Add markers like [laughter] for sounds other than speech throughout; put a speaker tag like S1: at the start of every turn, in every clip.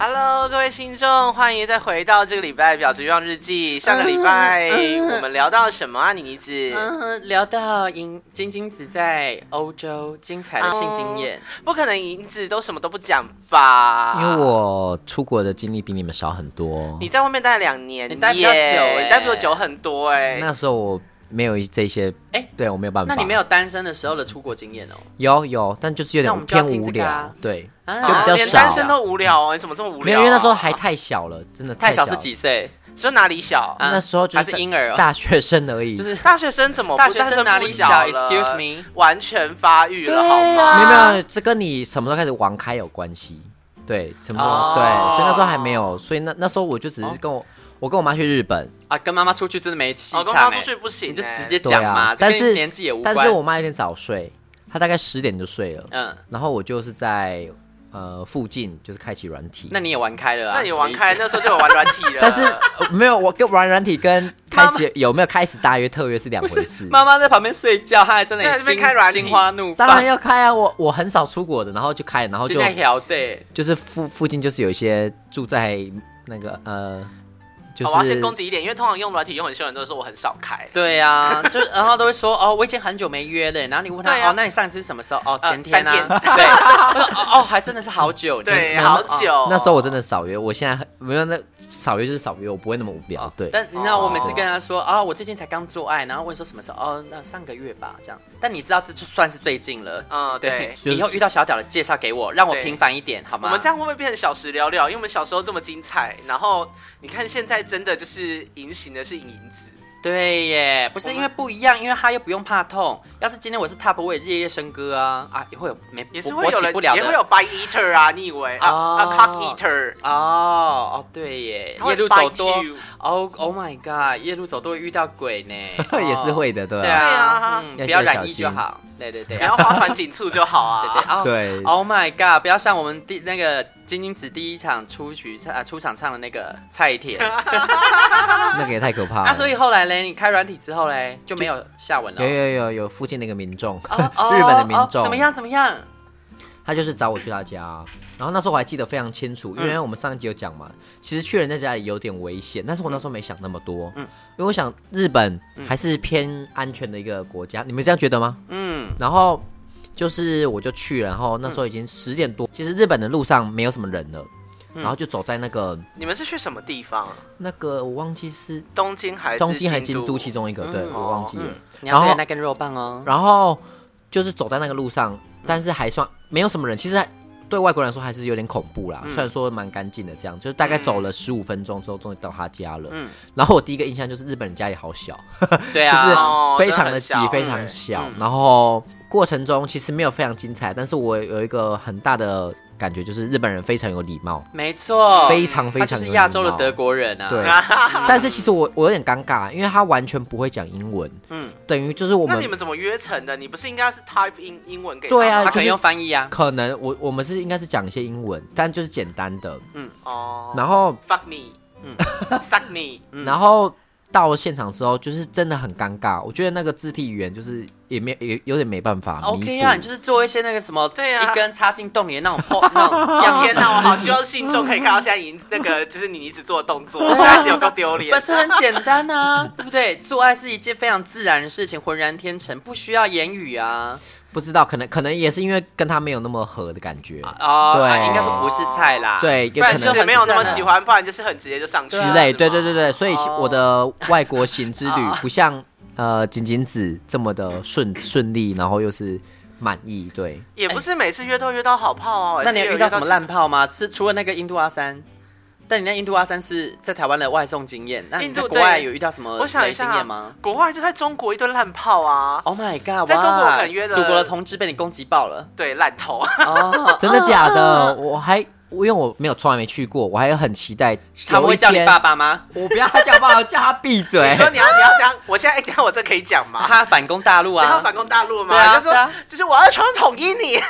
S1: Hello，各位听众，欢迎再回到这个礼拜的《婊子欲望日记》。上个礼拜
S2: 嗯嗯
S1: 我们聊到什么啊，妮妮子？
S2: 嗯，聊到银金金子在欧洲精彩的性经验，
S1: 不可能银子都什么都不讲吧？
S3: 因为我出国的经历比你们少很多
S1: 你。在外面待了两年耶，
S2: 你待比较久欸
S1: 你待比我久很多哎、
S3: 那时候我没有这些，
S2: 哎
S3: 对我没有办法。
S2: 那你没有单身的时候的出国经验哦？
S3: 有有，但就是有
S2: 那我
S3: 点
S2: 们就要
S3: 偏
S2: 听
S3: 无
S2: 这个
S3: 聊，
S2: 啊
S3: 对，
S2: 啊
S3: 就比较
S1: 连
S3: 少
S1: 单身都无聊哦，你怎么这么无聊、
S3: 没
S1: 啊？
S3: 有，因为那时候还太小了，真的
S2: 太小
S3: 小
S2: 是？几岁？
S1: 你说哪里小？
S2: 啊
S3: 那时候就
S2: 还是婴儿哦
S3: 大学生而已。
S2: 就
S3: 没
S2: 是
S1: 大学生怎么不
S2: 大学生
S1: 生
S2: 哪里
S1: 不
S2: 小
S1: 小了
S2: ？Excuse me
S1: 完全发育了
S2: 对
S1: 好
S2: 啊
S1: 吗？
S3: 有没有，这跟你什么时候开始玩开有关系。对，什么时候、
S2: 哦
S3: 对，所以那时候还没有，所以那那时候我就只是跟我、我跟我妈去日本，
S2: 啊，跟妈妈出去真的没气
S1: 我跟
S2: 场
S1: 他
S2: 哎
S1: 出，去不行、
S2: 你就
S1: 欸
S2: 直接
S3: 对
S2: 讲嘛，
S3: 啊，
S2: 这
S3: 但
S2: 跟
S3: 是
S2: 年纪也无关。
S3: 但是我妈有点早睡，她大概十点就睡了，
S2: 嗯，
S3: 然后我就是在呃附近就是开启软体，
S2: 那你也玩开了啊？
S1: 那你玩开，
S2: 什
S1: 那
S2: 么意
S1: 时
S2: 思
S1: 候就有玩软体了。
S3: [laughs] 但是、呃没有我跟玩软体跟开始有没有开始大约特约是两
S2: 不
S3: 回
S2: 是。
S3: 事
S2: 妈妈在旁边睡觉，她还在那
S1: 在
S2: 里
S1: 那边
S2: 心
S1: 开软体
S2: 心花怒
S3: 当然
S2: 放，
S3: 要开啊，我我很少出国的，然后就开，然后
S2: 今
S3: 就
S2: 天条对，
S3: 就是附附近就是有一些住在那个呃，就
S1: 好我要先
S3: 是
S1: 攻击一点，因为通常用软体用很凶的人都说我很少开。
S2: 对 [laughs] 啊，就是然后都会说哦，我已经很久没约了。然后你问他、
S1: 对啊
S2: 哦，那你上一次是什么时候？哦，
S1: 呃
S2: 前天啊。
S1: 三
S2: 对，我说哦哦，还真的是好久。
S1: 对，
S2: 你
S1: 好。
S2: 你
S1: 久、
S3: 那时候我真的少约，我现在很没有那少约就是少约，我不会那么无聊。
S2: 哦
S3: 对，，
S2: 但你知道
S1: 哦
S2: 我每次跟他说啊、哦我最近才刚做爱，然后问说什么时候？哦，那上个月吧，这样。但你知道这就算是最近了。
S1: 嗯对
S2: 以后遇到小屌的介绍给我，让我
S1: 对
S2: 平凡一点好吗？
S1: 我们这样会不会变成小时聊聊？因为我们小时候这么精彩，然后你看现在真的就是隐形的是银子，
S2: 对耶，不是因为不一样，因为他又不用怕痛。要是今天我是 top，我也夜夜笙歌啊啊，也会有没
S1: 也是
S2: 我
S1: 会有
S2: 勃起
S1: 人
S2: 不了的
S1: 也会有 by eater 啊，你以为啊
S2: 哦
S1: 啊 cock eater，
S2: 哦哦，对耶，
S1: 他会
S2: 夜路走
S1: bite
S2: 多
S1: you，
S2: 哦 oh my god，夜路走多会遇到鬼呢
S3: [laughs] 也是会的，对
S2: 哦。
S3: 吧、
S2: 对
S1: 啊
S2: 啊，嗯
S3: 要
S2: 不要
S3: 小
S2: 染疫
S3: 心
S2: 就好。对对对，
S1: 然后花团锦簇就好
S2: 对
S1: 啊。
S2: 对哦。
S3: [laughs] 对
S2: Oh my god！不要像我们第那个金金子第一场出局唱啊出场唱的那个
S1: [laughs]
S2: 蔡田
S3: 那个也太可怕了。
S2: 啊，所以后来嘞，你开软体之后嘞就没有下文了
S3: 有。有有有附近那个民众，
S2: 哦哦
S3: [laughs] 日本的民
S2: 哦
S3: 众、
S2: 怎么样？怎么样？
S3: 他就是找我去他家，啊然后那时候我还记得非常清楚，因为我们上一集有讲嘛，其实去人家家里有点危险，但是我那时候没想那么多，嗯，因为我想日本还是偏安全的一个国家，你们这样觉得吗？
S2: 嗯，
S3: 然后就是我就去了，然后那时候已经十点多，其实日本的路上没有什么人了，然后就走在那个
S1: 你们是去什么地方？
S3: 那个我忘记是
S1: 东京还是
S3: 东京还是
S1: 京
S3: 京都其中一个，对
S2: 嗯
S3: 我忘记了，
S2: 嗯你
S3: 然
S2: 要
S3: 后
S2: 带那根肉棒哦。
S3: 然后就是走在那个路上，但是还算没有什么人，其实还对外国人来说还是有点恐怖啦。虽然说蛮干净的，这样就是大概走了十五分钟之后，终于到他家了。
S2: 嗯
S3: 然后我第一个印象就是日本人家里好小，
S2: 对
S3: 就是
S2: 啊，
S1: 哦
S3: 非常的挤
S1: 真的很小，
S3: 非常小。嗯然后过程中其实没有非常精彩，但是我有一个很大的感觉，就是日本人非常有礼貌，
S2: 没错，
S3: 非常非
S2: 他
S3: 常
S2: 就是
S3: 有
S2: 亚
S3: 礼
S2: 洲的
S3: 貌
S2: 德国人啊。
S3: 对。 [laughs] 但是其实我我有点尴尬，因为他完全不会讲英文，
S2: 嗯
S3: 嗯，等于就是我
S1: 那
S3: 们
S1: 你们怎么约成的？你不是应该是 type 英英文给他
S3: 对啊
S2: 他
S1: 吗
S2: 可
S3: 就
S2: 能
S3: 是
S2: 用翻译啊。
S3: 可能我我们是应该是讲一些英文，但就是简单的。
S1: 哦
S3: 然后，
S1: fuck 你，嗯 [laughs] ，suck 你，
S3: 然后到现场之后，就是真的很尴尬。我觉得那个肢体语言就是也没也有点没办法弥补。
S2: OK 啊，你就是做一些那个什么，
S1: 对啊
S2: 一根插进洞里的那种
S1: [laughs]
S2: po 那种
S3: 哦
S2: 样
S1: 天
S2: 子。
S1: 哪！我好希望信众可以看到现在银那
S3: [laughs]
S1: 个就是你一直做的动作，实
S3: 啊
S1: 在是有够丢
S2: 不，
S1: 脸。
S2: 这很简单
S3: [laughs]
S2: 啊，对不对？做爱是一件非常自然的事情，浑然天成，不需要言语啊。
S3: 不知道，可能可能也是因为跟他没有那么合的感觉、
S2: 哦，
S3: 对
S2: 啊应该说不是菜啦。
S3: 对
S2: 不然
S3: 也可
S2: 就
S3: 能
S1: 就是
S2: 很
S1: 没有那么
S2: 自然啊
S1: 喜。欢，不然就是很直接就上去
S3: 之类。
S1: 是吗
S3: 对对对对，所以
S2: 哦啊
S3: 我的外国
S2: [laughs]
S3: 行之旅不像呃仅仅子这么的
S2: [laughs]
S3: 顺顺利，然后又是满意。对，
S1: 也不是每次约都约到好炮哦。
S2: 那你
S1: 也
S2: 有
S1: 是
S2: 遇到什么烂？炮吗？是除了那个印度阿三，但你那印度阿三是在台湾的外送经验，那你
S1: 印
S2: 在
S1: 度
S2: 国外
S1: 对
S2: 有遇到什么
S1: 我想
S2: 雷
S1: 一
S2: 经
S1: 下啊
S2: 验吗，
S1: 国外就在中国一堆烂炮啊，
S2: ？Oh my god！
S1: 在中国
S2: 哇
S1: 我可能约的
S2: 祖国的同志被你攻击
S1: [laughs]
S2: 爆了。
S1: 对，烂头。
S2: 哦，
S3: 真的假的？我还因为我没有从来没去过，我还很期待。
S2: 他们会叫你爸？爸吗？
S3: [laughs] 我不要他叫爸爸，我叫他闭嘴。
S2: [laughs]
S1: 你 [laughs] 说你要你要这样，我现在哎，等一下我这可以讲
S3: [laughs]
S1: 吗？
S2: 他反攻大陆
S1: 然后
S2: 啊！
S1: 反攻大陆
S2: 对
S1: 嘛，
S2: 啊
S1: 就
S2: 对
S1: 说
S2: 啊
S1: 就是我要传统一你，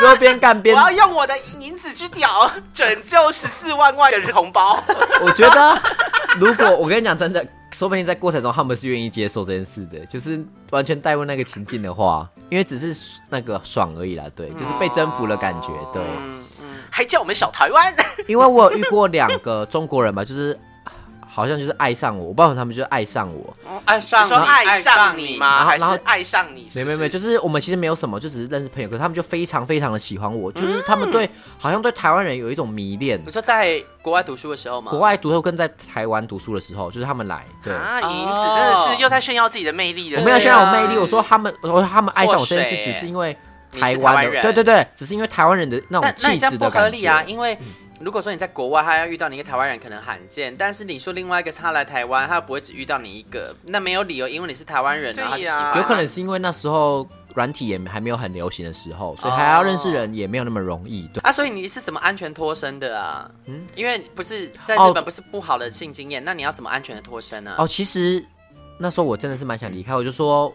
S3: 如果边干边
S1: 我要用我的银子之屌拯救十四万万的红包。
S3: 我觉得，如果我跟你讲真的，说不定在过程中他们是愿意接受这件事的，就是完全带入那个情境的话，因为只是那个爽而已啦，对，就是被征服了感觉，对。
S2: 嗯嗯，
S1: 还叫我们小台湾。
S3: 因为我有遇过两个中国人吧，就是好像就是爱上我，我不知道他们就是爱上我，
S2: 哦爱上
S1: 你
S2: 你
S1: 说爱
S2: 上
S1: 上你
S3: 然
S1: 吗？
S3: 后
S1: 还是
S3: 然后
S1: 爱上你是不是？
S3: 没没没，就是我们其实没有什么，就只是认识朋友，可是他们就非常非常的喜欢我，就是他们对、好像对台湾人有一种迷恋
S2: 你。说在国外读书的时候吗？
S3: 国外读书跟在台湾读书的时候，就是他们来，对、
S1: 啊，
S2: 对
S1: 银子真的是又在炫耀自己的魅力了。
S3: 我没有炫耀我魅
S2: 对
S3: 力，
S2: 啊
S3: 我说他们，我说他们爱上我
S2: 祸
S3: 这
S2: 水
S3: 件事，
S2: 欸
S3: 只是因为
S2: 你是台
S3: 湾
S2: 湾
S3: 的，
S2: 人
S3: 对对对，只是因为台湾人的那种
S2: 那那
S3: 气
S2: 你这样
S3: 质
S2: 不
S3: 的
S2: 合
S3: 感
S2: 理啊，
S3: 觉。嗯
S2: 因为如果说你在国外，他要遇到你一个台湾人可能罕见，但是你说另外一个他来台湾，他又不会只遇到你一个，那没有理由，因为你是台湾人，
S1: 对
S2: 然
S1: 呀
S2: 后他就喜欢，
S3: 有可能是因为那时候软体也还没有很流行的时候，所以还要认识人也没有那么容易。对，
S2: 啊，所以你是怎么安全脱身的啊？嗯，因为不是在
S3: 哦
S2: 日本不是不好的性经验，那你要怎么安全的脱身呢、啊
S3: 哦，其实那时候我真的是蛮想离开，我就说，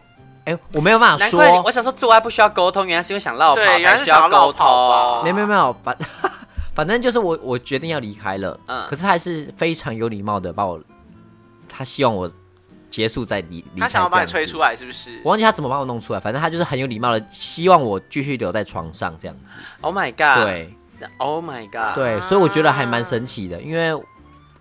S3: 哎，我没有办法
S2: 难怪你
S3: 说
S2: 我，想说做爱不需要沟通，原来是因为想落跑
S1: 对原
S2: 才
S1: 来是
S2: 需
S1: 想要
S2: 沟
S1: 落跑吧
S2: 通。
S3: 没有没有没有，反 [laughs] 反正就是我我决定要离开了，
S2: 嗯
S3: 可是他还是非常有礼貌的把我，他希望我结束再离离开，
S1: 他想要把你催
S3: 来。
S1: 出来，是不是？
S3: 我忘记他怎么把我弄出来，反正他就是很有礼貌的，希望我继续留在床上这样子。
S2: Oh my god！
S3: 对、
S2: ，Oh my god！
S3: 对，所以我觉得还蛮神奇的，因为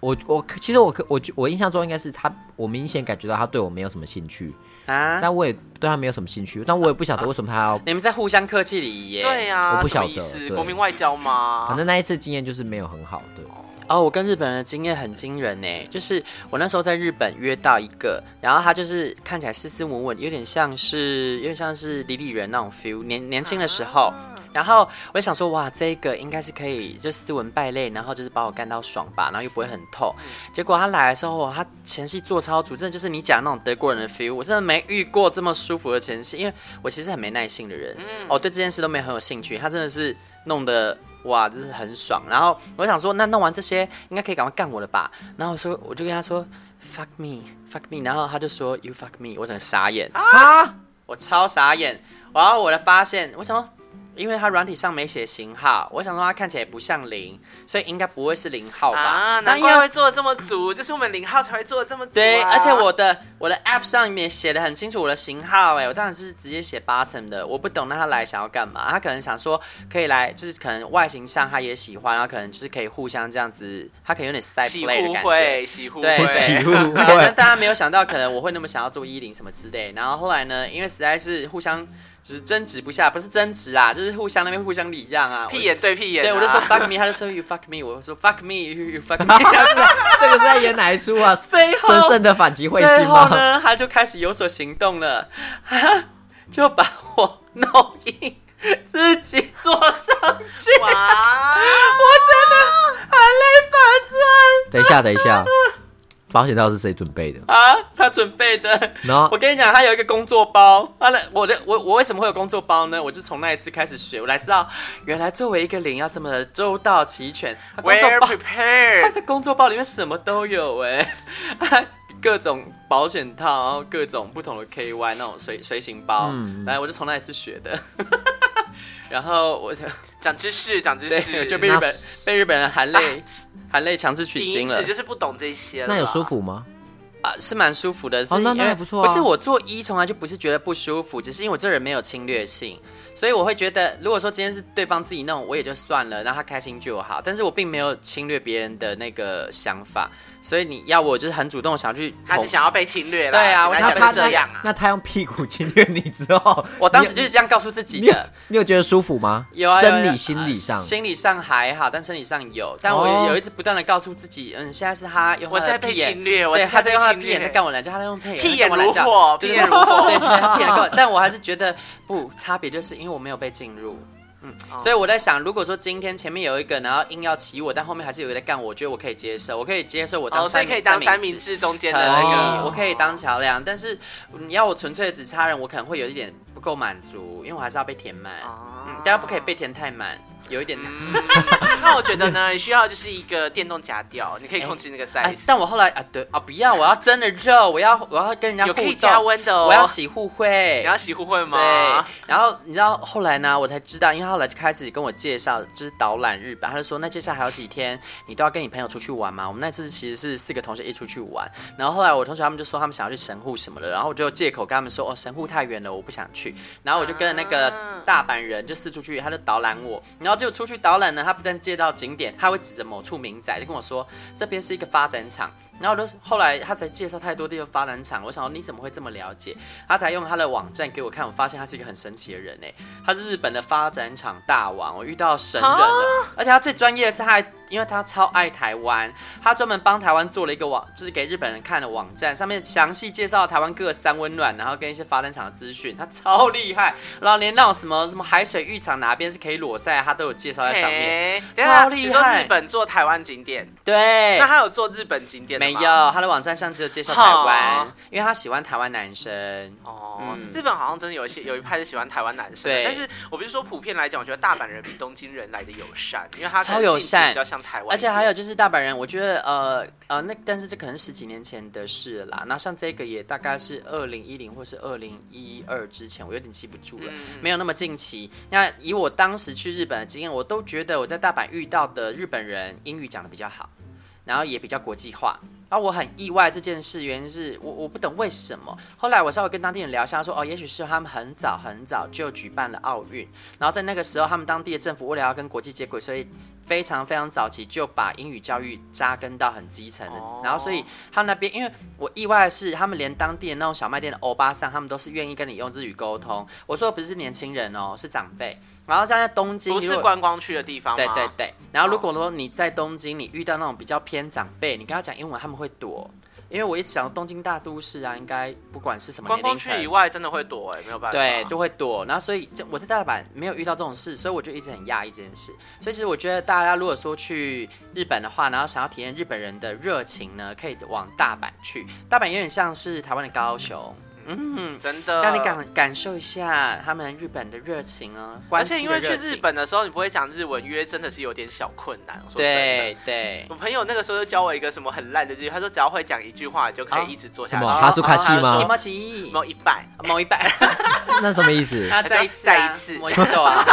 S3: 我我其实我可我我印象中应该是他，我明显感觉到他对我没有什么兴趣，
S2: 啊，
S3: 但我也对他没有什么兴趣，但我也不晓得为什么他要。
S2: 你们在互相客气礼仪耶。
S1: 对呀、
S3: 我不
S1: 什么
S3: 晓得
S1: 意思
S3: 对
S1: 国民外交
S2: 啊
S1: 吗？
S3: 反正那一次经验就是没有很好，
S2: [laughs]
S3: 对，
S2: 哦，我跟日本人的经验很惊人呢，就是我那时候在日本约到一个，然后他就是看起来斯斯文文，有点像是有点像是李李人那种 feel，年年轻的时候。
S1: 啊
S2: 然后我就想说，哇，这个应该是可以，就斯文败类，然后就是把我干到爽吧，然后又不会很痛。结果他来的时候，哇他前戏做超足，真的就是你讲的那种德国人的 feel，我真的没遇过这么舒服的前戏，因为我其实很没耐性的人，
S1: 嗯
S2: 哦，对这件事都没很有兴趣，他真的是弄得哇，就是很爽。然后我想说，那弄完这些应该可以赶快干我了吧？然后我说，我就跟他说 fuck me fuck me，然后他就说 you fuck me，我整个傻眼啊，我超傻眼。然后我才发现，我想说，因为他软体上没写型号，我想说他看起来也不像零，所以应该不会是零号吧？
S1: 啊，
S2: 那
S1: 难
S2: 因
S1: 怪
S2: 为
S1: 会做的这么足，就是我们零号才会做的这么足、啊。
S2: 对，而且我的我的 App 上面写的很清楚我的型号，哎，我当然是直接写八成的，我不懂那他来想要干嘛，他可能想说可以来，就是可能外形上他也喜欢，然后可能就是可以互相这样子，他可能有点 side
S1: 洗
S2: play 的
S1: 护
S2: 感觉。
S1: 会，洗护
S2: 对
S1: [laughs] 会，
S2: 对 [laughs]
S3: 洗护
S2: 对，但
S3: 会。
S2: 大家没有想到，可能我会那么想要做衣领什么之类。然后后来呢，因为实在是互相只是争执不下，不是争执啊，就是互相那边互相礼让啊。我
S1: 屁眼对屁眼、啊。
S2: 对，我就说 fuck me，他就说 you fuck me，我说 fuck me，you you fuck
S1: [laughs]
S2: me。
S3: 这个是在演哪一出啊？
S2: [laughs] 最后
S3: 神圣的反击会
S2: 最
S3: 是
S2: 后
S3: 吗？
S2: 呢，他就开始有所行动了， [laughs] 他就把我弄硬，自己坐上去，我真 [laughs]
S1: 哇，
S2: 的含泪翻船
S3: 等一下，等一下，保险套是谁准
S2: [laughs]
S3: 备的？
S2: 啊！他准备的
S3: 然后
S2: 我跟你讲，他有一个工作包。他的，我的，我我为什么会有工作包呢？我就从那一次开始学，我才知道原来作为一个零要这么的周到齐全。他工作
S1: We're
S2: 包，他 [laughs]
S1: prepared。
S2: 的工作包里面什么都有哎、欸， [laughs] 各种保险套，然后各种不同的 KY 那种随随行包，来我就从那一次学的。 [laughs] 然后我就
S1: 长知识，长知
S2: 对
S1: 识，
S2: 我就被日本被日本人含泪含泪强制取经
S1: 银
S2: 了
S1: 子就是不懂这些了。
S3: 那有舒服吗？
S2: 啊，是蛮舒服的。是
S3: 哦那那
S2: 因为
S3: 还不错啊
S2: 不是我做一从来就不是觉得不舒服，只是因为我这人没有侵略性，所以我会觉得，如果说今天是对方自己弄，我也就算了，让他开心就好。但是我并没有侵略别人的那个想法，所以你要我就是很主动想去
S1: 他
S2: 捅
S1: 就想要被侵略了。
S2: 对啊我
S1: 想
S2: 想
S3: 那
S2: 本
S3: 他
S1: 是
S2: 来
S1: 这
S3: 那
S1: 样啊。
S3: 那他用屁股侵略你之后，
S2: 我当时就是这样告诉自己
S3: 你有
S2: 的。
S3: [laughs] 你有觉得舒服吗？
S2: 有啊，有啊
S3: 生
S2: 有啊
S3: 理、心理上
S2: 呃。心理上还好，但生理上有。但我
S3: 哦
S2: 有一直不断的告诉自己，嗯，现在是他用他
S1: 我
S2: 的
S1: 在被
S2: 屁眼
S1: 侵略我
S2: 呃对，
S1: 在
S2: 他在用他
S1: 被
S2: 的屁
S1: 侵略
S2: 眼在干我懒觉，他在用屁眼
S1: 屁
S2: 在
S1: 眼
S2: 干我懒
S1: 如
S2: 觉，
S1: 火，
S2: 对
S1: 屁眼如火。
S2: 对，他屁眼干
S1: [laughs]
S2: 我，但我还是觉得不差别，就是因为我没有被进入。
S1: 哦
S2: 嗯，所以我在想，如果说今天前面有一个，然后硬要骑我，但后面还是有一个在干我，我觉得我可以接受，我可以接受我当
S1: 哦，所以
S2: 三
S1: 可以
S2: 明
S1: 当三
S2: 明
S1: 明
S2: 治
S1: 治中间
S2: 可
S1: 的
S2: 以，
S1: 那个，哦
S2: 我可以当桥梁，但是你要我纯粹的只插人，我可能会有一点不够满足，因为我还是要被填满。
S1: 哦嗯
S2: 嗯，但不可以被填太满，有一点。
S1: [laughs] 那我觉得呢，你需要就是一个电动夹吊，你可以控制那个 size
S2: 哎。，但我后来啊，对啊，不要，我要真的热，我要我要跟人家
S1: 有
S2: 互
S1: 可以
S2: 动，
S1: 加温的哦。
S2: 我要洗护会，
S1: 你要洗护会吗
S2: 对？，然后你知道后来呢，我才知道，因为后来就开始跟我介绍，就是导览日本，他就说那接下来还有几天，你都要跟你朋友出去玩嘛。我们那次其实是四个同学一起出去玩，
S1: 嗯
S2: 然后后来我同学他们就说他们想要去神户什么的，然后我就借口跟他们说哦
S1: 啊
S2: 哦神户太远了，我不想去。然后我就跟着那个大阪人就四处去，他就导览我，然后后就出去导览呢，他不但介绍景点，他会指着某处民宅就跟我说这边是一个发展场。然后我就后来他才介绍太多地方发展场，我想说你怎么会这么了解？他才用他的网站给我看，我发现他是一个很神奇的人哎，他是日本的发展场大王，我遇到神人
S1: 啊
S2: 了，而且他最专业的是他还。因为他超爱台湾，他专门帮台湾做了一个网，就是给日本人看的网站，上面详细介绍台湾各三温暖，然后跟一些发展场的资讯，他超厉害。然后连那种什么什么海水浴场哪边是可以裸晒，他都有介绍在上面。
S1: 嘿等一下
S2: 超厉害
S1: 你说日本做台湾景点，
S2: 对
S1: 那，他有做日本景点的
S2: 没
S1: 吗？
S2: 有，他的网站上只有介绍台湾
S1: 好，
S2: 因为他喜欢台湾男生。
S1: 哦，
S2: 嗯
S1: 日本好像真的有一些有一派是喜欢台湾男生的，
S2: 对
S1: 但是我不是说普遍来讲，我觉得大阪人比东京人来的友善，因为他可能
S2: 超友善
S1: 性质比较像台湾一点，
S2: 而且还有就是大阪人，我觉得呃呃那但是这可能是十几年前的事了啦。那像这个也大概是二零一零或是二零一二之前，我有点记不住了，没有那么近期。那以我当时去日本的经验，我都觉得我在大阪遇到的日本人英语讲的比较好，然后也比较国际化。然后我很意外这件事，原因是我我不懂为什么。后来我稍微跟当地人聊一下，他说哦，也许是他们很早很早就举办了奥运，然后在那个时候他们当地的政府为了要跟国际接轨，所以非常非常早期就把英语教育扎根到很基层的。
S1: 哦
S2: 然后所以他们那边，因为我意外的是，他们连当地的那种小卖店的欧巴桑，他们都是愿意跟你用日语沟通。我说的不是年轻人哦，是长辈。然后像在东京，
S1: 不
S2: 如
S1: 是
S2: 果
S1: 观光区的地方
S2: 对
S1: 吗？
S2: 对对。然后如果说你在东京，你遇到那种比较偏长辈，你跟他讲英文，他们会躲。因为我一直想东京大都市啊，应该不管是什么
S1: 观
S2: 年
S1: 光
S2: 龄
S1: 区
S2: 层，
S1: 以外真的会躲哎、没有办法。
S2: 对，就会躲。然后所以就我在大阪没有遇到这种事，所以我就一直很讶异这件事。所以其实我觉得大家如果说去日本的话，然后想要体验日本人的热情呢，可以往大阪去。大阪有点像是台湾的高雄，
S1: 嗯真的
S2: 让你。感感受一下他们日本的热情哦，
S1: 而
S2: 关
S1: 且
S2: 系
S1: 因
S2: 的
S1: 为去
S2: 热
S1: 日
S2: 情。
S1: 本的时候，你不会讲日文，约真的是有点小困难。我说真的，
S2: 对对，
S1: 我朋友那个时候就教我一个什么很烂的日语，他说只要会讲一句话，你就可
S2: 啊
S1: 以一直做下
S3: 什
S1: 去。
S3: 么哈
S1: 哦
S3: 祖卡西吗
S2: 提莫吉
S1: 某一
S2: [laughs]
S1: 半，
S2: 某
S3: [laughs]
S2: 一半，
S3: [laughs] 那什么
S2: [laughs]
S3: 意思？
S2: 那再一次啊
S1: 再一次
S2: 某一个啊，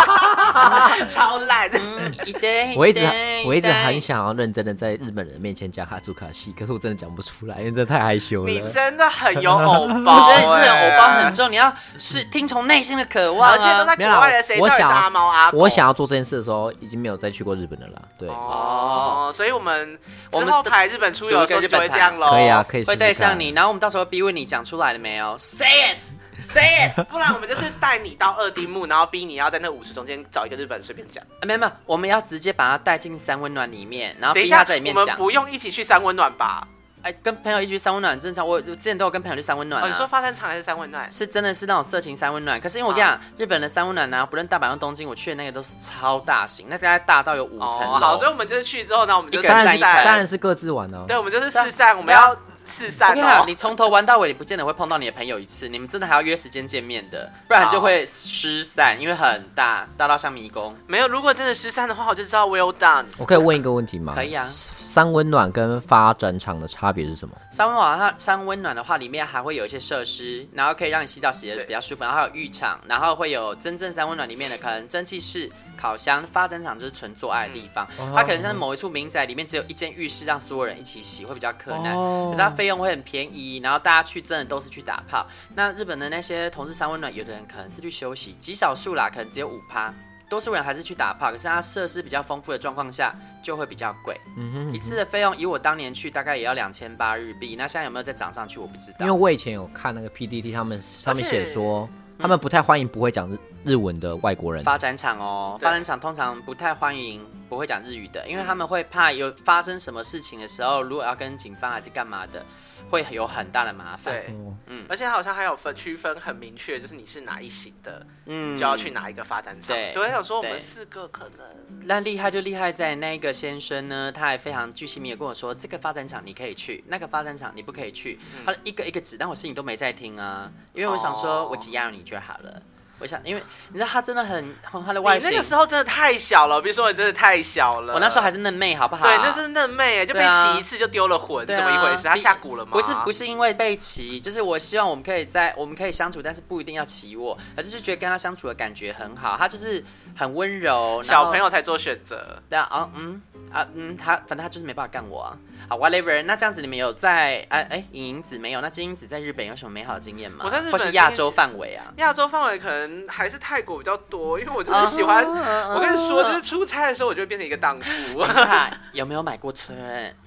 S1: 超烂。
S2: [laughs] 嗯一堆，
S3: 我一直
S2: 堆
S3: 我一直
S2: 堆
S3: 很想要认真的在日本人面前讲哈祖卡西，可是我真的讲不出来，因为真的太害羞
S1: 你
S3: 了。
S1: 真的很有偶包、
S2: 我觉得你这
S1: 哎
S2: 个偶包很重，你要是听从内心的渴望
S1: 而且都
S2: 啊。
S1: 在国外的，谁叫你是阿猫阿狗？
S3: 我想要做这件事的时候，已经没有再去过日本了啦。对，
S1: 哦，所以我们
S2: 我
S1: 之
S2: 们
S1: 后排日本出游的时候就会这样喽。
S3: 可以啊，，可以试
S2: 会
S3: 试
S2: 带上
S3: 看。
S2: 你，然后我们到时候逼问你讲出来了没有？Say it, say
S3: [laughs]
S2: it
S1: 不然我们就是带你到二丁目，然后逼你要在那五十中间找一个日本人随便讲。
S2: 啊。没有没有，我们要直接把它带进三温暖里面，然后
S1: 等一
S2: 逼
S1: 下，
S2: 他在里面
S1: 我们
S2: 讲。
S1: 不用一起去三温暖吧？
S2: 哎，跟朋友一起去三温暖很正常，我我之前都有跟朋友去三温暖、啊。
S1: 哦，你说发散场还是三温暖？
S2: 是真的是那种色情三温暖，可是因为我跟你讲，
S1: 哦
S2: 日本的三温暖呢、不论大阪跟东京，我去的那个都是超大型，那大概大到有五层楼。
S1: 哦，好，所以我们就是去之后呢，我们就
S2: 啊一个人
S3: 当
S1: 四
S2: 站一
S3: 然是
S2: 层
S3: 当
S1: 散，
S3: 然是各自玩哦。
S1: 对，我们就是四散，我们要四
S2: 我
S1: 散
S2: 跟你讲，
S1: 哦
S2: 你。从头玩到尾，你不见得会碰到你的朋友一次，你们真的还要约时间见面的，不然
S1: 好
S2: 就会失散，因为很大，大到像迷宫。
S1: 没有，如果真的失散的话，我就知道 well done。
S3: 我可以问一个问题吗？
S2: 可以啊
S3: 三温暖跟发展场的差别是什么？
S2: 三温暖它三温暖的话，里面还会有一些设施，然后可以让你洗澡洗的
S1: 对
S2: 比较舒服，然后还有浴场，然后会有真正三温暖里面的可能蒸汽室、烤箱、发展场，就是纯做爱的地方。它可能像某一处民宅里面只有一间浴室，让所有人一起洗会比较可难，
S3: 哦
S2: 可是它费用会很便宜，然后大家去真的都是去打炮。那日本的那些同事三温暖，有的人可能是去休息，极少数啦，可能只有五趴。多数人还是去打炮，可是它设施比较丰富的状况下，就会比较贵。
S3: 嗯
S2: 一次的费用，以我当年去大概也要两千八日币，那现在有没有再涨上去我不知
S3: 因
S2: 道。嗯
S3: 为我以前有看那个 PDD，他们上面写说，他们不太欢迎不会讲日日文的外国人。
S2: 发展场哦，
S1: 对
S2: 发展场通常不太欢迎不会讲日语的，因为他们会怕有发生什么事情的时候，如果要跟警方还是干嘛的，会有很大的麻烦。
S1: 对，嗯而且好像还有分区分很明确，就是你是哪一型的，
S2: 嗯
S1: 就要去哪一个发展场
S2: 对。
S1: 所以我想说，我们
S2: 对
S1: 四个可能
S2: 那厉害就厉害在那个先生呢，他还非常巨细靡遗地跟我说，这个发展场你可以去，那个发展场你不可以去，他一个一个指，但我心里都没在听啊，因为我想
S1: 嗯
S2: 说
S1: 哦
S2: 我只要你就好了。我想，因为你知道他真的很，他的外
S1: 你
S2: 形
S1: 哎那个时候真的太小了，比如说你真的太小了。
S2: 我那时候还是嫩妹，好不好？
S1: 对，那是嫩妹哎，就被
S2: 对啊
S1: 骑一次就丢了魂，
S2: 对啊
S1: 怎么一回事？她
S2: 比
S1: 下蛊了吗？
S2: 不是不是因为被骑，就是我希望我们可以在我们可以相处，但是不一定要骑我，而是就觉得跟他相处的感觉很好，他就是很温柔，然后
S1: 小朋友才做选择。
S2: 对啊，哦嗯，啊，嗯，他反正他就是没办法干我啊。好，whatever。那这样子，你们有在啊？哎，影影子没有？那金英子在日本有什么美好的经验吗？
S1: 我在日本
S2: 或是亚洲范围啊？
S1: 亚洲范围可能还是泰国比较多，因为我
S2: 哦
S1: 就是喜欢。
S2: 嗯
S1: 我跟你说，就是出差的时候，我就会变成一个荡
S2: [laughs]
S1: 妇。
S2: 等一下有没有买过春？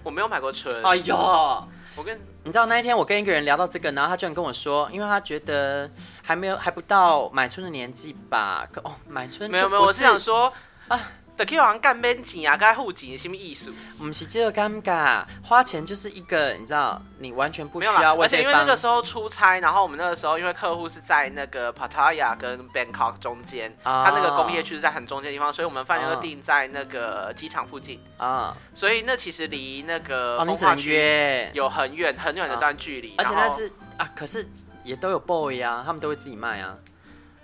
S1: 我没有买过春，
S2: 哎呦，
S1: 我跟
S2: 你知道那一天我跟一个人聊到这个，然后他居然跟我说，因为他觉得还没有还不到买春的年纪吧。可哦，买春就
S1: 没有没有，我
S2: 不
S1: 是
S2: 是
S1: 想说啊。的 Q 好像干边紧啊，该护紧什么艺术？
S2: 我们是这个尴尬，花钱就是一个你知道，你完全不
S1: 没
S2: 需
S1: 有啦
S2: 要，为
S1: 而且
S2: 对
S1: 因为那
S2: 方
S1: 个时候出差，然后我们那个时候因为客户是在那个 Pattaya 跟 Bangkok 中间，
S2: 啊
S1: 它那个工业区是在很中间的地方，所以我们饭店都
S2: 啊
S1: 定在那个机场附近，
S2: 啊，
S1: 所以那其实离那个
S2: 哦，你
S1: 风
S2: 只
S1: 化
S2: 能
S1: 区
S2: 约，
S1: 有很远很远的段距离，
S2: 而且
S1: 然
S2: 但
S1: 后
S2: 是啊，可是也都有 boy 啊，他们都会自己卖啊，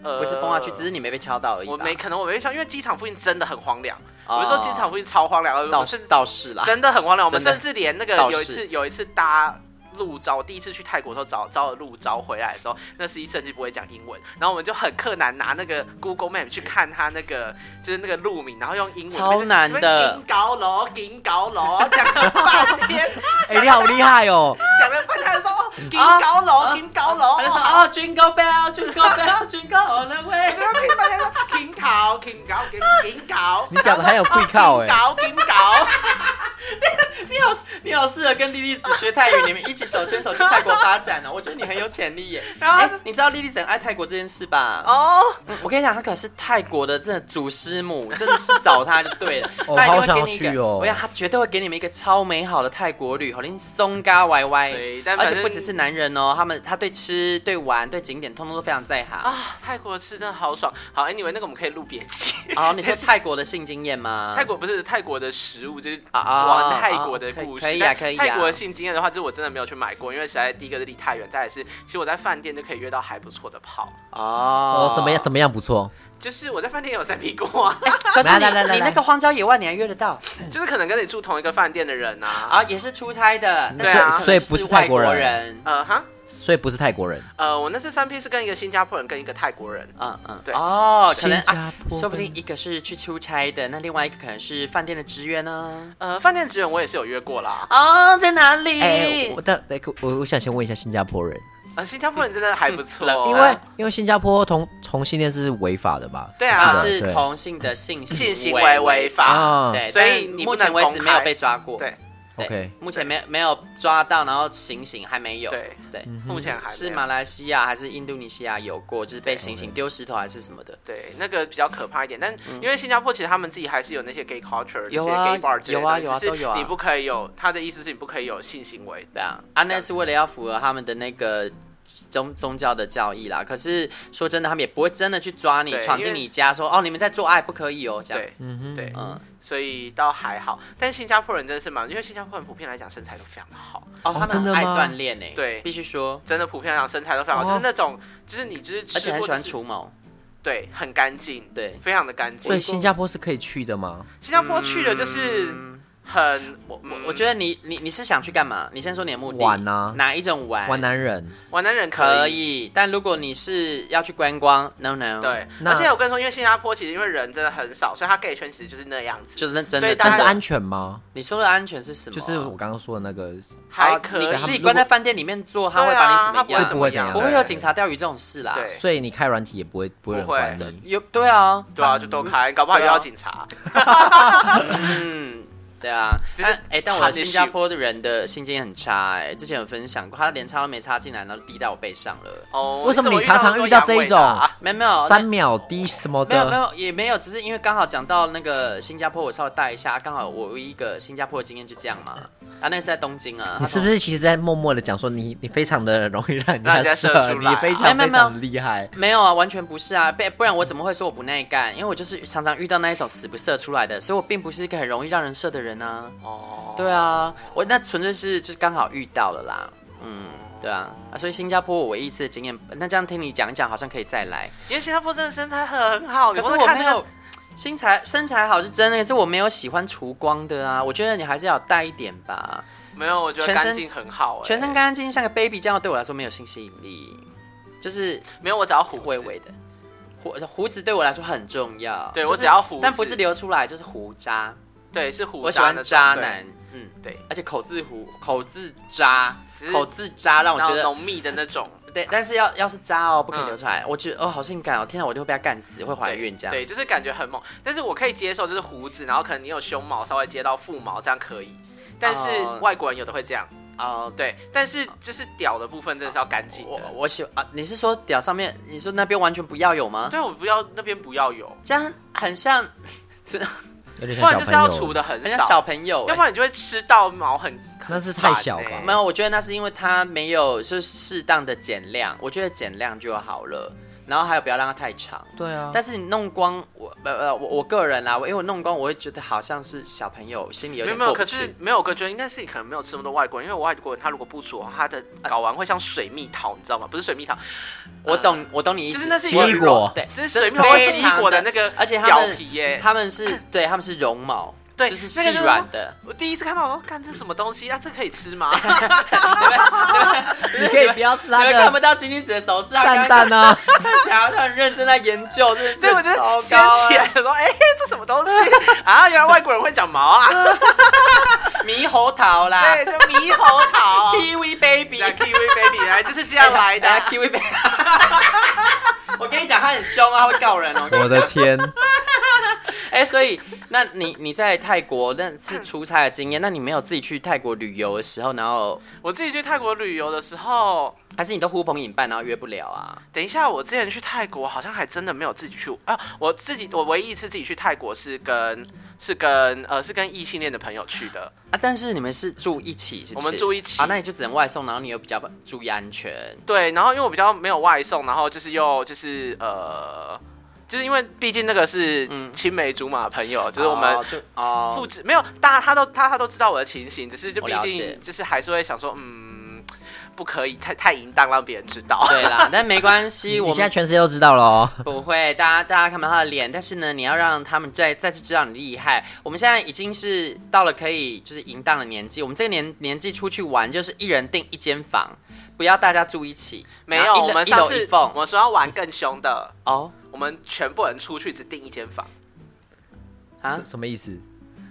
S1: 呃
S2: 不是风化区，只是你没被敲到而已吧。
S1: 我没可能我没想，因为机场附近真的很荒凉，
S2: 哦，
S1: 我是说机场附近超荒凉，我
S2: 倒
S1: 们
S2: 是
S1: 甚
S2: 倒是啦，
S1: 真的很荒凉。我们
S2: 真的
S1: 甚至连那个
S2: 倒是
S1: 有一次有一次搭路招，我第一次去泰国的时候找招路招回来的时候，那司机甚至不会讲英文，然后我们就很困难拿那个 Google Map 去看他那个就是那个路名，然后用英文
S2: 超难的
S1: 金高楼金高楼讲了 [laughs] 半天，
S3: 哎、你好厉害哦！
S1: 讲了半天他说金高楼金高楼，
S2: 他就说哦，Jingle
S1: [laughs]
S2: Bell，Jingle Bell，Jingle all the
S1: 我
S2: way。
S1: 跟他拼半天说金高金高金金高，
S3: 你讲的很有贵靠
S2: [laughs]
S3: 哎
S1: 金，高金高。
S2: 你好，你好适合跟莉莉子学泰语，你们一起手牵手去泰国发展
S1: [laughs]
S2: 哦。我觉得你很有潜力耶。
S1: 然后
S2: 哎你知道莉莉子很爱泰国这件事吧？
S1: 哦，
S2: 嗯我跟你讲，她可是泰国的真的祖师母，真的是找她就
S1: [laughs]
S2: 对了。
S3: 哦
S2: 她一定
S3: 好想
S2: 会
S3: 要
S2: 给你一
S3: 去
S2: 个，
S3: 哦
S2: 我想她绝对会给你们一个超美好的泰国旅，好令松嘎歪歪。
S1: 对但
S2: 而
S1: 反
S2: 且
S1: 正
S2: 不只是男人哦，他们他对吃、对玩、对景点，通通都非常在行。
S1: 啊，泰国吃真的好爽。好，anyway，那个我们可以录别集。
S2: 哦，你说泰国的性经验吗？
S1: 泰国不是泰国的食物，就是
S2: 啊啊
S1: 玩泰国的故事。
S2: 啊可以可以
S1: 但
S2: 啊可以啊
S1: 泰国的性经验的话，就是我真的没有去买过，因为实在第一个是离太远，再来是其实我在饭店就可以约到还不错的炮。
S2: 哦
S3: 哦，怎么样？怎么样？不错，
S1: 就是我在饭店也有三屁股啊，
S2: 可是你
S3: 来来来来
S2: 你那个荒郊野外，你还约得到
S1: 就是可能跟你住同一个饭店的人啊。
S2: 啊？也是出差的，
S1: 对啊
S2: 但
S3: 所以
S2: 可能
S3: 不
S2: 是
S3: 是
S2: 外
S3: 泰
S2: 国
S3: 国人
S2: 人。
S1: 呃哈，
S3: 所以不是泰国人。
S1: 呃，我那次三 P 是跟一个新加坡人跟一个泰国人，
S2: 嗯嗯，
S1: 对
S2: 哦，可能
S3: 新
S2: 啊
S3: 加，坡
S2: 说不定一个是去出差的，那另外一个可能是饭店的职员呢。
S1: 呃，饭店职员我也是有约过啦。
S2: 哦，在哪里？
S3: 哎、我但哎可我我想先问一下新加坡人，
S1: 呃，新加坡人真的还不 [laughs] 错，
S2: 冷
S3: 因
S2: 哦
S3: 为因为新加坡同同性恋是违法的吧？
S1: 哎对
S2: 啊，
S1: 啊
S3: 对
S2: 是同性的性
S1: 性行为
S2: 为
S1: 违
S2: 法，
S1: 法
S3: 啊。
S2: 对，
S1: 所以
S2: 但
S1: 你不
S2: 目前
S1: 能
S2: 为
S1: 公
S2: 止没有
S1: 开
S2: 被抓过，
S1: 对
S2: 对
S3: OK
S2: 目前没没有抓到，然后行刑还没有，
S1: 对
S2: 对，
S3: 嗯
S1: 目前还没有
S2: 是马来西亚还是印度尼西亚有过，就是被行刑丢石头还是什么的，
S1: 对，那个比较可怕一点，但因为新加坡其实他们自己还嗯是有那些 gay culture，
S2: 有
S1: 那
S2: 啊
S1: 些 gay bar 之类的
S2: 有
S1: 东
S2: 啊
S1: 西
S2: 有啊
S1: 只是
S2: 都有啊
S1: 你不可以有，他的意思是你不可以有性行为。
S2: 对啊，啊，那是为了要符合他们的那个。宗宗教的教义啦，可是说真的，他们也不会真的去抓你，
S1: 对
S2: 闯
S1: 因
S2: 进
S1: 为
S2: 你家说哦，你们在做爱不可以哦，这样。
S1: 对，对，
S2: 嗯，
S1: 所以倒还好。但新加坡人真的是蛮，因为新加坡人普遍来讲身材都非常的好，
S2: 哦，他
S3: 真
S2: 们
S3: 的
S2: 很爱
S3: 吗
S2: 锻炼呢，
S1: 对
S2: 必须说，
S1: 真的普遍来讲身材都非常好，
S3: 哦
S1: 就是那种，就是你就是吃
S2: 而且很
S1: 过
S2: 喜欢
S1: 就是
S2: 除毛，
S1: 对，很干净，
S2: 对，
S1: 非常的干净。
S3: 所以新加坡是可以去的吗？
S1: 新加坡去的就是很，我
S2: 我我觉得你你你是想去干嘛？你先说你的目的。
S3: 玩啊
S2: 哪一种玩？
S3: 玩男人，
S2: 嗯
S1: 玩男人
S2: 可
S1: 以。
S2: 以，但如果你是要去观光，no no，，
S1: 对，
S3: 那
S1: 而且我跟你说，因为新加坡其实因为人真的很少，所以他 gay 圈其实就是那样子，
S2: 就是那真
S1: 所以
S2: 的。
S1: 大家
S3: 但
S2: 但
S3: 是
S2: 是
S1: 有
S2: 安，
S3: 安全吗？
S2: 你说的安全是什么啊？
S3: 就是我刚刚说的那个，
S1: 还可以
S2: 你。自己关在饭店里面做，他会把你怎么
S1: 对啊他
S2: 样？
S3: 不会怎么样
S2: 不
S1: 对
S2: 会有警察钓鱼这种事啦。
S1: 对
S3: 所以你开软体也不会不会有人
S1: 不会
S3: 管你。
S2: 有对啊，
S1: 对啊，就都开，搞不好遇到警察。
S2: 嗯，对啊。
S1: 只是
S2: 但哎，但我
S1: 怕你
S2: 新加坡的人的性经验很差哎，之前有分享过，他连插都没插进来，然后滴在我背上了。
S1: 哦，
S3: 为什么
S1: 你
S3: 你常常遇到这一种
S2: 没有没有，那
S3: 三秒滴什么
S2: 没有没
S3: 的？
S2: 有也没有，只是因为刚好讲到那个新加坡，我稍微带一下，刚好我一个新加坡的经验就这样嘛。啊，那是在东京啊。
S3: 你是不是其实在默默的讲说你你非常的容易让人
S1: 让人家
S3: 家
S1: 射
S3: 射，
S1: 出
S3: 你
S1: 来
S3: 非
S2: 没有
S3: 常
S2: 没有
S3: 非
S2: 没有
S3: 常厉害。
S2: 没有啊，完全不是啊，被不然我怎么会说我不耐干？因为我就是常常遇到那一种死不射出来的，所以我并不是一个很容易让人射的人啊。
S1: 哦，
S2: 对啊，我那纯粹是就是刚好遇到了啦。嗯，对啊，啊所以新加坡我唯一一次的经验，那这样听你讲一讲，好像可以再来。
S1: 因为新加坡真的身材很好，
S2: 可
S1: 哦你
S2: 是
S1: 光
S2: 我
S1: 看
S2: 没
S1: 那
S2: 有
S1: 个，
S2: 身材身材好是真的，可是我没有喜欢除光的啊。我觉得你还是要有带一点吧。
S1: 没有，我觉得
S2: 全身
S1: 干净很好，哎
S2: 全身干干净净像个 baby，这样对我来说没有性吸引力，就是
S1: 没有，我只要胡
S2: 微
S1: 子。
S2: 微的胡胡子对我来说很重要，
S1: 对
S2: 就是
S1: 我只要胡子
S2: 但不是留出来就是胡渣，
S1: 对，是虎
S2: 我喜
S1: 渣那
S2: 欢
S1: 种
S2: 渣，男，嗯，
S1: 对，对
S2: 而且口字胡口字渣
S1: 只是，
S2: 口字渣让我
S1: 然
S2: 觉
S1: 后
S2: 得
S1: 浓密的那种，
S2: 对，但是要要是渣哦，不可以
S1: 嗯
S2: 流出来。我觉得哦，好性感哦，天哪，我一定会被他干死，会怀孕这样。
S1: 对，就是感觉很猛。但是我可以接受，就是胡子，然后可能你有胸毛稍微接到腹毛，这样可以。但是
S2: 哦
S1: 外国人有的会这样，嗯
S2: 哦，
S1: 对。但是就是屌的部分真的是要干净
S2: 我
S1: 的。
S2: 我喜啊，你是说屌上面，你说那边完全不要有吗？
S1: 对，我不要那边不要有，
S2: 这样很像
S3: 有点
S1: 不然
S3: 像
S1: 就是要
S3: 小朋
S1: 除
S3: 友。
S1: 的很
S2: 很像
S1: 少，
S2: 小朋友、
S1: 要不然你就会吃到毛很。很
S3: 那是太
S1: 烦
S3: 小
S1: 欸
S3: 吧
S2: 没有，我觉得那是因为它没有就是适当的减量，我觉得减量就好了。然后还有不要让它太长。
S3: 对啊，
S2: 但是你弄光我呃呃我我个人啦，我因为我弄光我会觉得好像是小朋友心里有
S1: 没有
S2: 点
S1: 没有，
S2: 过不
S1: 可
S2: 去。
S1: 是没有，我觉得应该是你可能没有吃那么多外国人，因为我外国人他如果不煮，他的
S2: 呃
S1: 睾丸会像水蜜桃，你知道吗？不是水蜜桃，
S2: 我懂我懂你意思，
S1: 呃就是那是
S3: 奇异果
S2: 对，
S1: 就是
S2: 真
S1: 水
S2: 的
S1: 蜜桃会
S2: 非
S1: 奇异
S2: 常
S1: 果的
S2: 的
S1: 那个
S2: 而且他
S1: 表
S2: 们
S1: 皮耶。
S2: 他们是对他们是绒毛，
S1: 对
S2: 就是
S1: 那个
S2: 细
S1: 就是
S2: 软的。
S1: 我第一次看到，我说看这什么东西啊？这可以吃吗？
S3: [laughs] 你可以不要吃
S2: 你
S3: 它
S2: 们看不
S3: 的
S2: 到晶晶子的手势，他
S3: 蛋
S2: 刚刚
S3: 蛋啊，
S2: 看起来好像很认真在研究，真的是
S1: 所以我就
S2: 糟
S1: 掀
S2: 糕
S1: 起
S2: 啊！
S1: 来说：“哎、这什么东西啊？原来外国人会长毛啊！
S2: 猕猴桃啦
S1: [laughs] 对，就猕猴 [laughs] 桃
S2: ，Kiwi Baby，
S1: 那 Kiwi Baby 原来就是这
S2: [laughs]
S1: 样来的。
S2: 啊 Kiwi Baby。我 [laughs] 跟你讲，他很凶啊，他会告人哦。
S3: [laughs] 我的
S2: [laughs]
S3: 天，
S2: 哎、所以，那你你在泰国那
S1: 嗯
S2: 是出差的经验，那你没有自己去泰国旅游的时候，然后
S1: 我自己去泰国旅游的时候，
S2: 还是你都呼朋引伴，然后约不了啊？
S1: 等一下，我之前去泰国好像还真的没有自己去啊。我自己，我唯一一次自己去泰国是跟是跟呃是跟异性恋的朋友去的。
S2: 啊，但是你们是住一起，是不是？
S1: 我们住一起
S2: 啊，那你就只能外送，然后你又比较注意安全。
S1: 对，然后因为我比较没有外送，然后就是又就是呃，就是因为毕竟那个是
S2: 嗯
S1: 青梅竹马的朋友，就是我们
S2: 哦就哦，
S1: 复制没有，大家他都他他都知道我的情形，只是就
S2: 我
S1: 毕
S2: 了解
S1: 竟就是还是会想说，嗯，不可以太太淫荡让别人知道。
S2: 对啦，但没关
S3: 你
S2: 系，
S3: 你
S2: 我
S3: 现在
S2: 们
S3: 全世界都知道了哦。
S2: 不会，大家大家看不到他的脸，但是呢，你要让他们再再次知道你厉害。我们现在已经是到了可以就是淫荡的年纪，我们这个年年纪出去玩就是一人订一间房，不要大家住一起，
S1: [laughs] 没
S2: 然
S1: 有，
S2: 后一
S1: 我
S2: 人
S1: 们
S2: 一
S1: 上
S2: 楼
S1: 次
S2: 一
S1: 我
S2: 缝
S1: 们说要玩更凶的，
S2: 哦。
S1: 我们全部人出去只订一间房，
S2: 啊
S3: 什什么意思？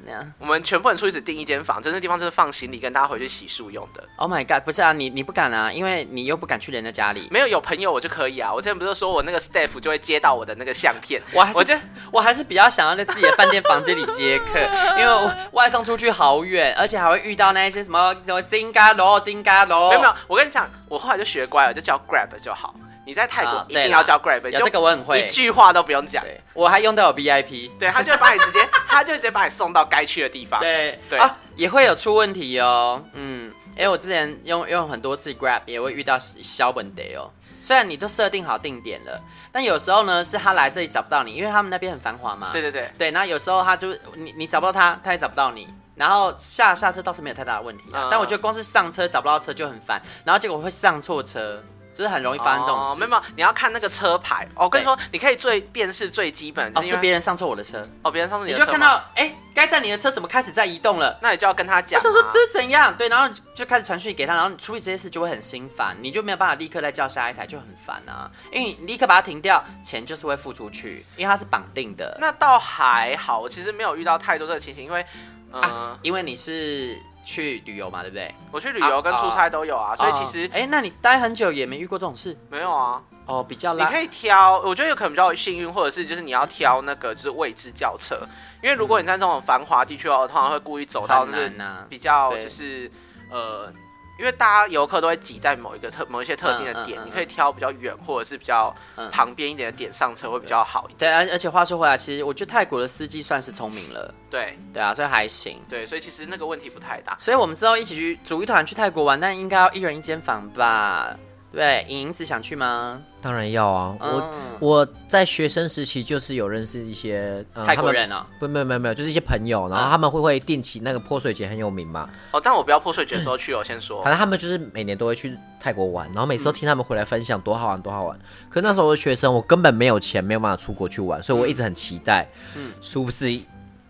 S2: 那样
S1: 我们全部人出去只订一间房，就那地方就是放行李跟大家回去洗漱用的。
S2: Oh my god！不是啊，你你不敢啊，因为你又不敢去人家家里。
S1: 没有有朋友我就可以啊，我之前不是说我那个 staff 就会接到我的那个相片，
S2: [laughs] 我还是哦
S1: 我就
S2: 我还是比较想要在自己的饭店房间里接 [laughs] 客，因为我外送出去好远，而且还会遇到那一些什么什么金嘎罗、金嘎罗，
S1: 没有没有，我跟你讲，我后来就学乖了，就叫 Grab 就好。你在泰国
S2: 啊
S1: 一
S2: 对
S1: 定
S2: 啦
S1: 要叫 Grab，、
S2: 有啊这个我很
S1: 就
S2: 会
S1: 一句话都不用讲。
S2: 对，我还用到有 VIP，
S1: 对他就会把你直接，他就会直接把你送到该去的地方。
S2: 对
S1: 对
S2: 啊，也会有出问题哦。嗯，因为我之前用用很多次 Grab 也会遇到小本得哦。虽然你都设定好定点了，但有时候呢是他来这里找不到你，因为他们那边很繁华嘛。
S1: 对对对，
S2: 对，那有时候他就你你找不到他，他也找不到你。然后下下车倒是没有太大的问题啦，
S1: 嗯
S2: 但我觉得光是上车找不到车就很烦，然后结果会上错车，就是很容易发生这种
S1: 哦
S2: 事。
S1: 没有没有，你要看那个车牌。哦我跟你说，你可以最辨识最基本的，
S2: 哦，
S1: 就是
S2: 是
S1: 因为
S2: 别人上错我的车，
S1: 哦别人上次
S2: 你
S1: 你
S2: 就
S1: 的车
S2: 看
S1: 吗，
S2: 到哎，该在你的车怎么开始在移动了？
S1: 那你就要跟他
S2: 我
S1: 讲啊。
S2: 想说这是怎样？对，然后就开始传讯给他，然后你处理这些事就会很心烦，你就没有办法立刻再叫下一台，就很烦啊。因为你立刻把它停掉，钱就是会付出去，因为它是绑定的。
S1: 那倒还好，我其实没有遇到太多这个情形，因为嗯、
S2: 啊，因为你是去旅游嘛，对不对？
S1: 我去旅游跟出差都有啊，所以其实
S2: 哦哎、那你待很久也没遇过这种事
S1: 没有啊。
S2: 哦，比较
S1: 你
S2: 拉
S1: 可以挑，我觉得有可能比较幸运，或者是就是你要挑那个就是未知轿车，因为如果你在这种繁华地区哦，通常会故意走到
S2: 很
S1: 就是
S2: 难啊呐、
S1: 比较
S2: 对
S1: 就是呃，因为大家游客都会挤在某一个特某一些特定
S2: 嗯嗯
S1: 的点，
S2: 嗯
S1: 你可以挑比较远或者是比较
S2: 嗯
S1: 旁边一点的点上车会比较好一点。
S2: 对，而而且话说回来，其实我觉得泰国的司机算是聪明了，
S1: 对
S2: 对啊，所以还行。
S1: 对，所以其实那个问题不太大。
S2: 所以我们之后一起去组一团去泰国玩，但应该要一人一间房吧？对，莹莹子想去吗？
S3: 当然要啊，我
S2: 嗯
S3: 我在学生时期就是有认识一些、呃、
S2: 泰
S3: 他
S2: 国
S3: 们
S2: 人哦，啊
S3: 不，没有没有没有，就是一些朋友，然后他们会会定期那个泼水节很有名嘛，
S1: 哦，但我不要破碎节的时候
S2: 嗯
S1: 去哦，先说
S3: 反正他们就是每年都会去泰国玩，然后每次都听他们回来分享多好玩多好玩。可那时候我是学生，我根本没有钱，没有办法出国去玩，所以我一直很期待。嗯，殊不知。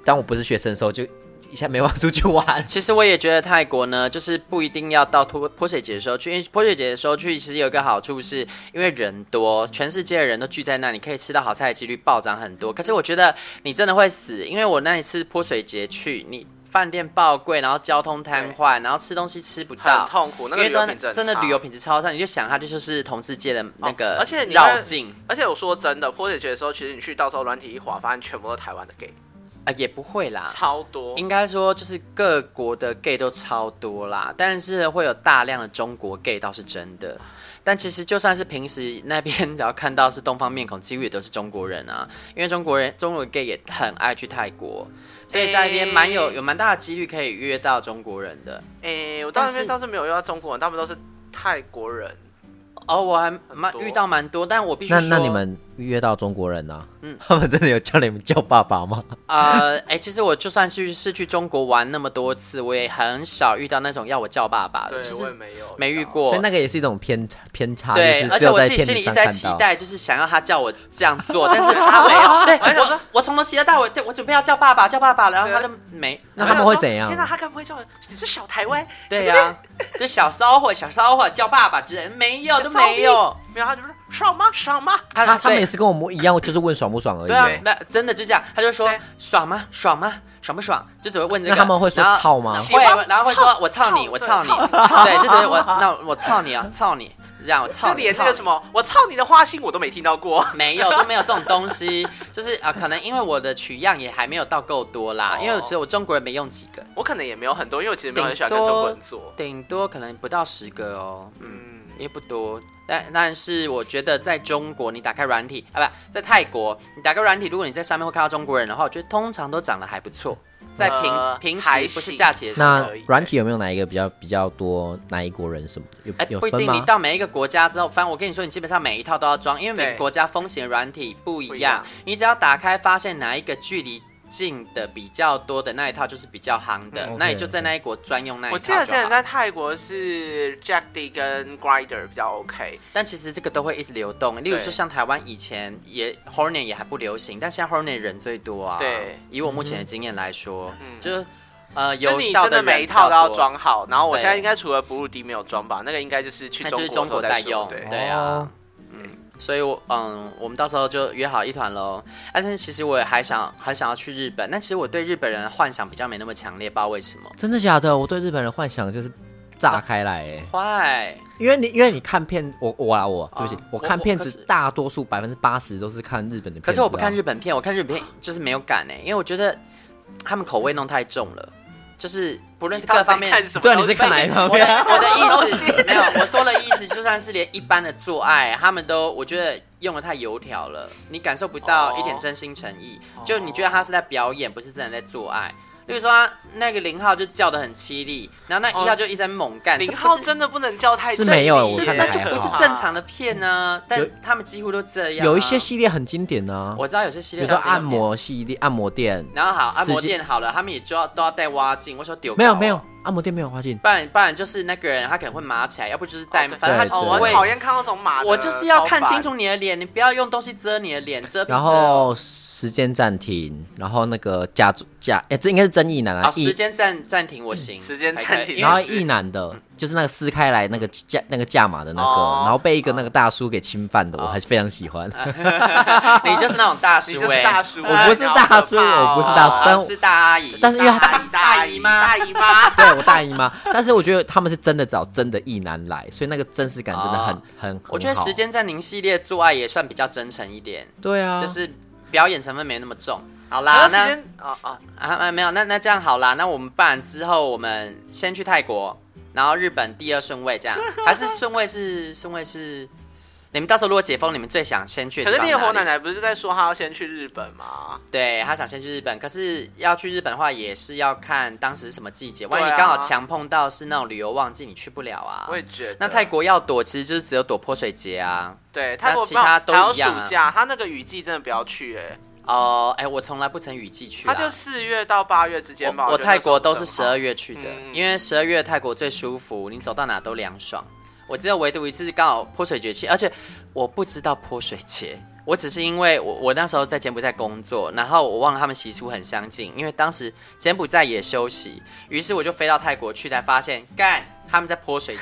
S3: 当我不是学生的时候，就一下没办法出去玩。
S2: 其实我也觉得泰国呢，就是不一定要到泼泼水节的时候去，因为泼水节的时候去，其实有一个好处是，因为人多，全世界的人都聚在那，你可以吃到好菜的几率暴涨很多。可是我觉得你真的会死，因为我那一次泼水节去，你饭店爆贵，然后交通瘫痪，然后吃东西吃不
S1: 很
S2: 到。
S1: 痛苦。那个
S2: 因为
S1: 旅游
S2: 真
S1: 品质
S2: 的
S1: 很
S2: 真的
S1: 差
S2: 旅游品质超差，你就想它这就是同世界的那
S1: 哦
S2: 个
S1: 而且你会
S2: 绕境
S1: 而且我说真的，泼水节的时候，其实你去到时候软体一滑，发现全部都是台湾的 gay，
S2: 啊，也不会啦，
S1: 超多。
S2: 应该说就是各国的 gay 都超多啦，但是会有大量的中国 gay 倒是真的。但其实就算是平时那边 [laughs] 只要看到是东方面孔，几乎也都是中国人啊，因为中国人中国 gay 也很爱去泰国，所以在那边蛮有
S1: 诶
S2: 有蛮大的几率可以约到中国人的。
S1: 诶、我到那
S2: 但是
S1: 边倒是没有遇到中国人，他们都是泰国人。
S2: 哦，我还蛮
S1: 多
S2: 遇到蛮多，但我必须
S3: 那
S2: 说，
S3: 那你们约到中国人呢、嗯，他们真的有叫你们叫爸爸
S2: [laughs]
S3: 吗？
S2: 呃，哎、其实我就算去是去中国玩那么多次，我也很少遇到那种要我叫爸爸的，
S1: 对
S2: 就，
S1: 我也
S2: 是
S1: 没有
S2: 没遇
S1: 到。
S2: 过。
S3: 所以那个也是一种偏差偏差，
S2: 对，
S3: 啊就是
S2: 而
S3: 只
S2: 且
S3: 有
S2: 我
S3: 在
S2: 自己
S3: 片
S2: 心
S3: 子
S2: 里一直
S3: 上
S2: 在
S3: 看
S2: 期
S3: 到。
S2: 待，就是想要他叫我这样
S3: [laughs]
S2: 做，但是他没有。对，我我从头期待到尾，对我准备要叫爸爸，叫爸爸了，然后他就没。
S3: [laughs] 那他们会怎样
S1: 天哪，他该不会叫我你是小台湾？
S2: 对啊呀、就小骚货，小骚货叫爸爸之类的，没有都没有。
S1: 没有，他就是爽吗？爽吗？
S2: 他
S3: 他他们也
S2: 对
S3: 是跟我们一样，就是问爽不爽而已。
S2: 对啊
S1: 对，
S2: 那真的就这样，他就说
S1: 对
S2: 爽吗？爽吗？爽不爽？就只会问这个。
S3: 那他们会说
S2: 然后
S3: 操吗
S2: 会
S1: 喜欢，
S2: 然后会
S1: 操
S2: 说我操你，
S1: 操
S2: 我操你，
S1: 对
S2: 对，就只是我那我操你啊，操你，这样我操
S1: 就
S2: 你。
S1: 连
S2: 操
S1: 那个
S2: 你
S1: 什么，我操你的花心我都没听到过。 [laughs]
S2: 没有，都没有这种东西。 [laughs] 就是啊、可能因为我的取样也还没有到够多啦，
S1: 哦
S2: 因为只有中国人没用几个，
S1: 我可能也没有很多，因为我其实没有很喜
S2: 顶
S1: 欢跟中国
S2: 多
S1: 人做。
S2: 顶多可能不到十个哦，嗯，
S1: 嗯，
S2: 也不多。但但是我觉得在中国，你打开软体啊，不在泰国，你打开软体，如果你在上面会看到中国人的话，我觉得通常都长得还不错。在平、
S1: 呃
S2: 平时
S1: 还
S2: 不是
S1: 行
S2: 假期的时候，
S3: 那
S1: 可以
S3: 软体有没有哪一个比较比较多哪一国人什么的有
S2: 哎、
S3: 有
S2: 不一
S3: 分
S2: 定，你
S3: 吗？
S2: 到每一个国家之后，反正我跟你说，你基本上每一套都要装，因为每
S1: 对
S2: 个国家风险软体不一样。
S1: 不一样
S2: 你只要打开，发现哪一个距离近的比较多的那一套就是比较夯的，
S3: 嗯
S2: 那你
S3: OK，
S2: 就在那一国专用那一套
S1: 我记
S2: 就好。
S1: 得之前在泰国是 Jack D 跟 Grinder 比较 OK，
S2: 但其实这个都会一直流动。例如说，像台湾以前也 Hornet 也还不流行，但现在 Hornet 人最多啊。
S1: 对，
S2: 以我目前的经验来说，
S1: 嗯
S2: 就是呃
S1: 就
S2: 有
S1: 你
S2: 效
S1: 真的
S2: 人
S1: 每一套都要
S2: 比较多。
S1: 装好。然后我
S2: 对
S1: 现在应该除了哺乳迪没有装吧，那个应该就是去
S2: 那
S1: 中
S2: 就是
S1: 国的
S2: 中
S1: 时候
S2: 国
S1: 再
S2: 在
S1: 说
S2: 用，
S1: 对，
S2: 对啊，
S3: 哦
S2: 嗯，所以我嗯，我们到时候就约好一团喽。啊但是其实我也还想还想要去日本，但其实我对日本人的幻想比较没那么强烈，不知道为什么。
S3: 真的假的？我对日本人幻想就是炸开来哎、
S2: 坏，
S3: 因为你因为你看片，我我啊我，对不起，
S2: 啊啊
S3: 我
S2: 我
S3: 看片
S2: 我
S3: 子
S2: 可是
S3: 大多数百分之八十都是看日本的片子啊、
S2: 可是我不看日本片，我看日本片就是没有感哎、因为我觉得他们口味弄太重了，就是不论是
S1: 他
S2: 各
S1: 们在
S2: 方面
S1: 看什么
S3: 对啊
S1: 东
S3: 你
S1: 西？
S3: 是看哪一方
S2: 我的
S3: 面啊？
S2: 我
S3: [laughs]
S2: 的意思没有，我说的意思就算是连一般的做爱，他们都我觉得用的太油条了，你感受不到
S1: 哦
S2: 一点真心诚意，
S3: 哦
S2: 就你觉得他是在表演，不是真的在做爱。例如说，他那个零号就叫的很凄厉，然后那一号就一直在猛干，这
S1: [laughs] 哦零
S2: 不
S1: 号
S2: 是
S1: 真的不能叫太
S3: 是
S1: 正
S3: 没有
S1: 义
S3: 我
S2: 这
S1: 耶
S3: 看
S2: 那
S3: 得
S2: 就
S3: 还
S2: 不是
S3: 好
S2: 正常的片呢、但他们几乎都这样啊、
S3: 嗯有一些系列很经典啊，
S2: 我知道有些系
S3: 比
S2: 列
S3: 如说
S2: 很经典
S3: 按，摩系列、按摩店，
S2: 然后好按摩
S3: 司机
S2: 店好了，他们也就要都要带蛙镜，我说丢
S3: 没有
S2: 搞啊
S3: 没有，按摩店没有花镜，
S2: 不然不然就是那个人他可能会麻起来，要不就是带，
S1: 哦对
S2: 反正他
S3: 对
S2: 就
S1: 哦，
S2: 是
S1: 我
S2: 会
S1: 很讨厌看到这种马的，
S2: 我就是要看清
S1: 超
S2: 楚你的脸，你不要用东西遮你的脸，遮不遮
S3: 然后时间暂停，然后那个假假，哎、这应该是真意男啊
S2: 啊，，
S3: 意
S2: 时间暂暂停我行，
S1: 嗯时间
S2: 还
S1: 暂
S2: 可以
S1: 停
S2: 因
S3: 然
S2: 为
S3: 后
S1: 也是
S3: 一男的，就是那个撕开来那个价那个价码的那个，
S2: 哦
S3: 然后被一个那个大叔给侵犯的，我还是非常
S2: [laughs]
S3: 喜欢。
S2: 你就是那种大
S1: 烦。[laughs]
S2: 叔
S1: 你就是
S2: 欸
S1: 大叔，哦
S3: 我不是大叔我不是大叔
S2: 啊
S3: 但我
S2: 是大阿姨，
S3: 但是因为他。
S2: 大阿姨
S1: 大
S2: 大
S1: 姨
S2: 姨
S1: 大
S2: 妈，
S1: 姨妈
S3: 对我大姨妈，但是我觉得他们是真的找真的异男来，所以那个真实感真的很、
S2: 哦
S3: 很很好。
S2: 我觉得时间暂停系列做爱也算比较真诚一点，
S3: 对啊，
S2: 就是表演成分没那么重。好
S1: 然后
S2: 啦，
S1: 时
S2: 啊那
S1: 间哦哦，
S2: 啊啊没有，那那这样好啦，那我们办完之后，我们先去泰国，然后日本第二顺位
S1: [laughs]
S2: 这样，还是顺位是顺位是，你们到时候如果解封，你们最想先去的
S1: 可
S2: 地
S1: 是
S2: 方哪里？
S1: 烈
S2: 啊
S1: 火奶奶不是在说她要先去日本吗？
S2: 对他想先去日本，可是要去日本的话，也是要看当时是什么季节。万一
S1: 对啊
S2: 你刚好强碰到是那种旅游旺季，你去不了啊
S1: 我。也觉得。
S2: 那泰国要躲，其实就是只有躲泼水节啊。
S1: 对泰国
S2: 那其他都
S1: 还有
S2: 一样啊
S1: 暑假，他那个雨季真的不要去哎，
S2: 哦，哎，我从来不曾雨季去
S1: 他
S2: 啊。
S1: 就四月到八月之间吧。
S2: 我我
S1: 觉得那
S2: 泰国
S1: 时候
S2: 都
S1: 不
S2: 是十
S1: 很好
S2: 二月去的，
S1: 嗯
S2: 因为十二月泰国最舒服，你走到哪都凉爽。我只有唯独一次刚好泼水节气，而且我不知道泼水节，我只是因为我我那时候在柬埔寨工作，然后我忘了他们习俗很相近，因为当时柬埔寨也休息，于是我就飞到泰国去，才发现干他们在
S1: [laughs]
S2: 泼水节。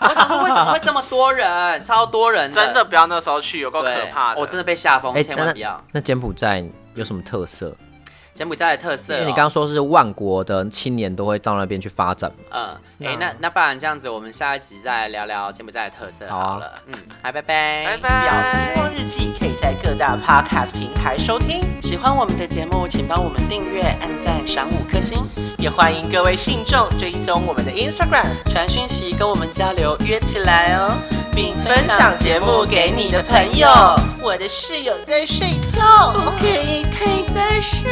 S2: 我想说为什么会这么多人，超多人
S1: 真的不要那时候去，有够
S2: 对
S1: 可怕的。
S2: 我真的被吓疯，
S3: 哎
S2: 千万不要。
S3: 那柬埔寨有什么特色？
S2: 柬埔寨的特色、
S3: 因
S2: 哦，
S3: 为你刚刚说是万国的青年都会到那边去发展嘛。
S2: 嗯，哎、那那不然这样子，我们下一集再聊聊柬埔寨的特色
S3: 好啊
S2: 好了。嗯，好，拜拜，
S1: 拜
S4: 《
S1: 拜
S4: 寂。寞日记》可以在各大 podcast 平台收听，
S2: 喜欢我们的节目，请帮我们订阅、按赞、赏五颗星，
S4: 也欢迎各位信众追踪我们的 Instagram，
S2: 传讯息跟我们交流，约起来哦，并
S4: 分享节目给你的朋友。我的室友在睡觉，
S2: 不可以太大声。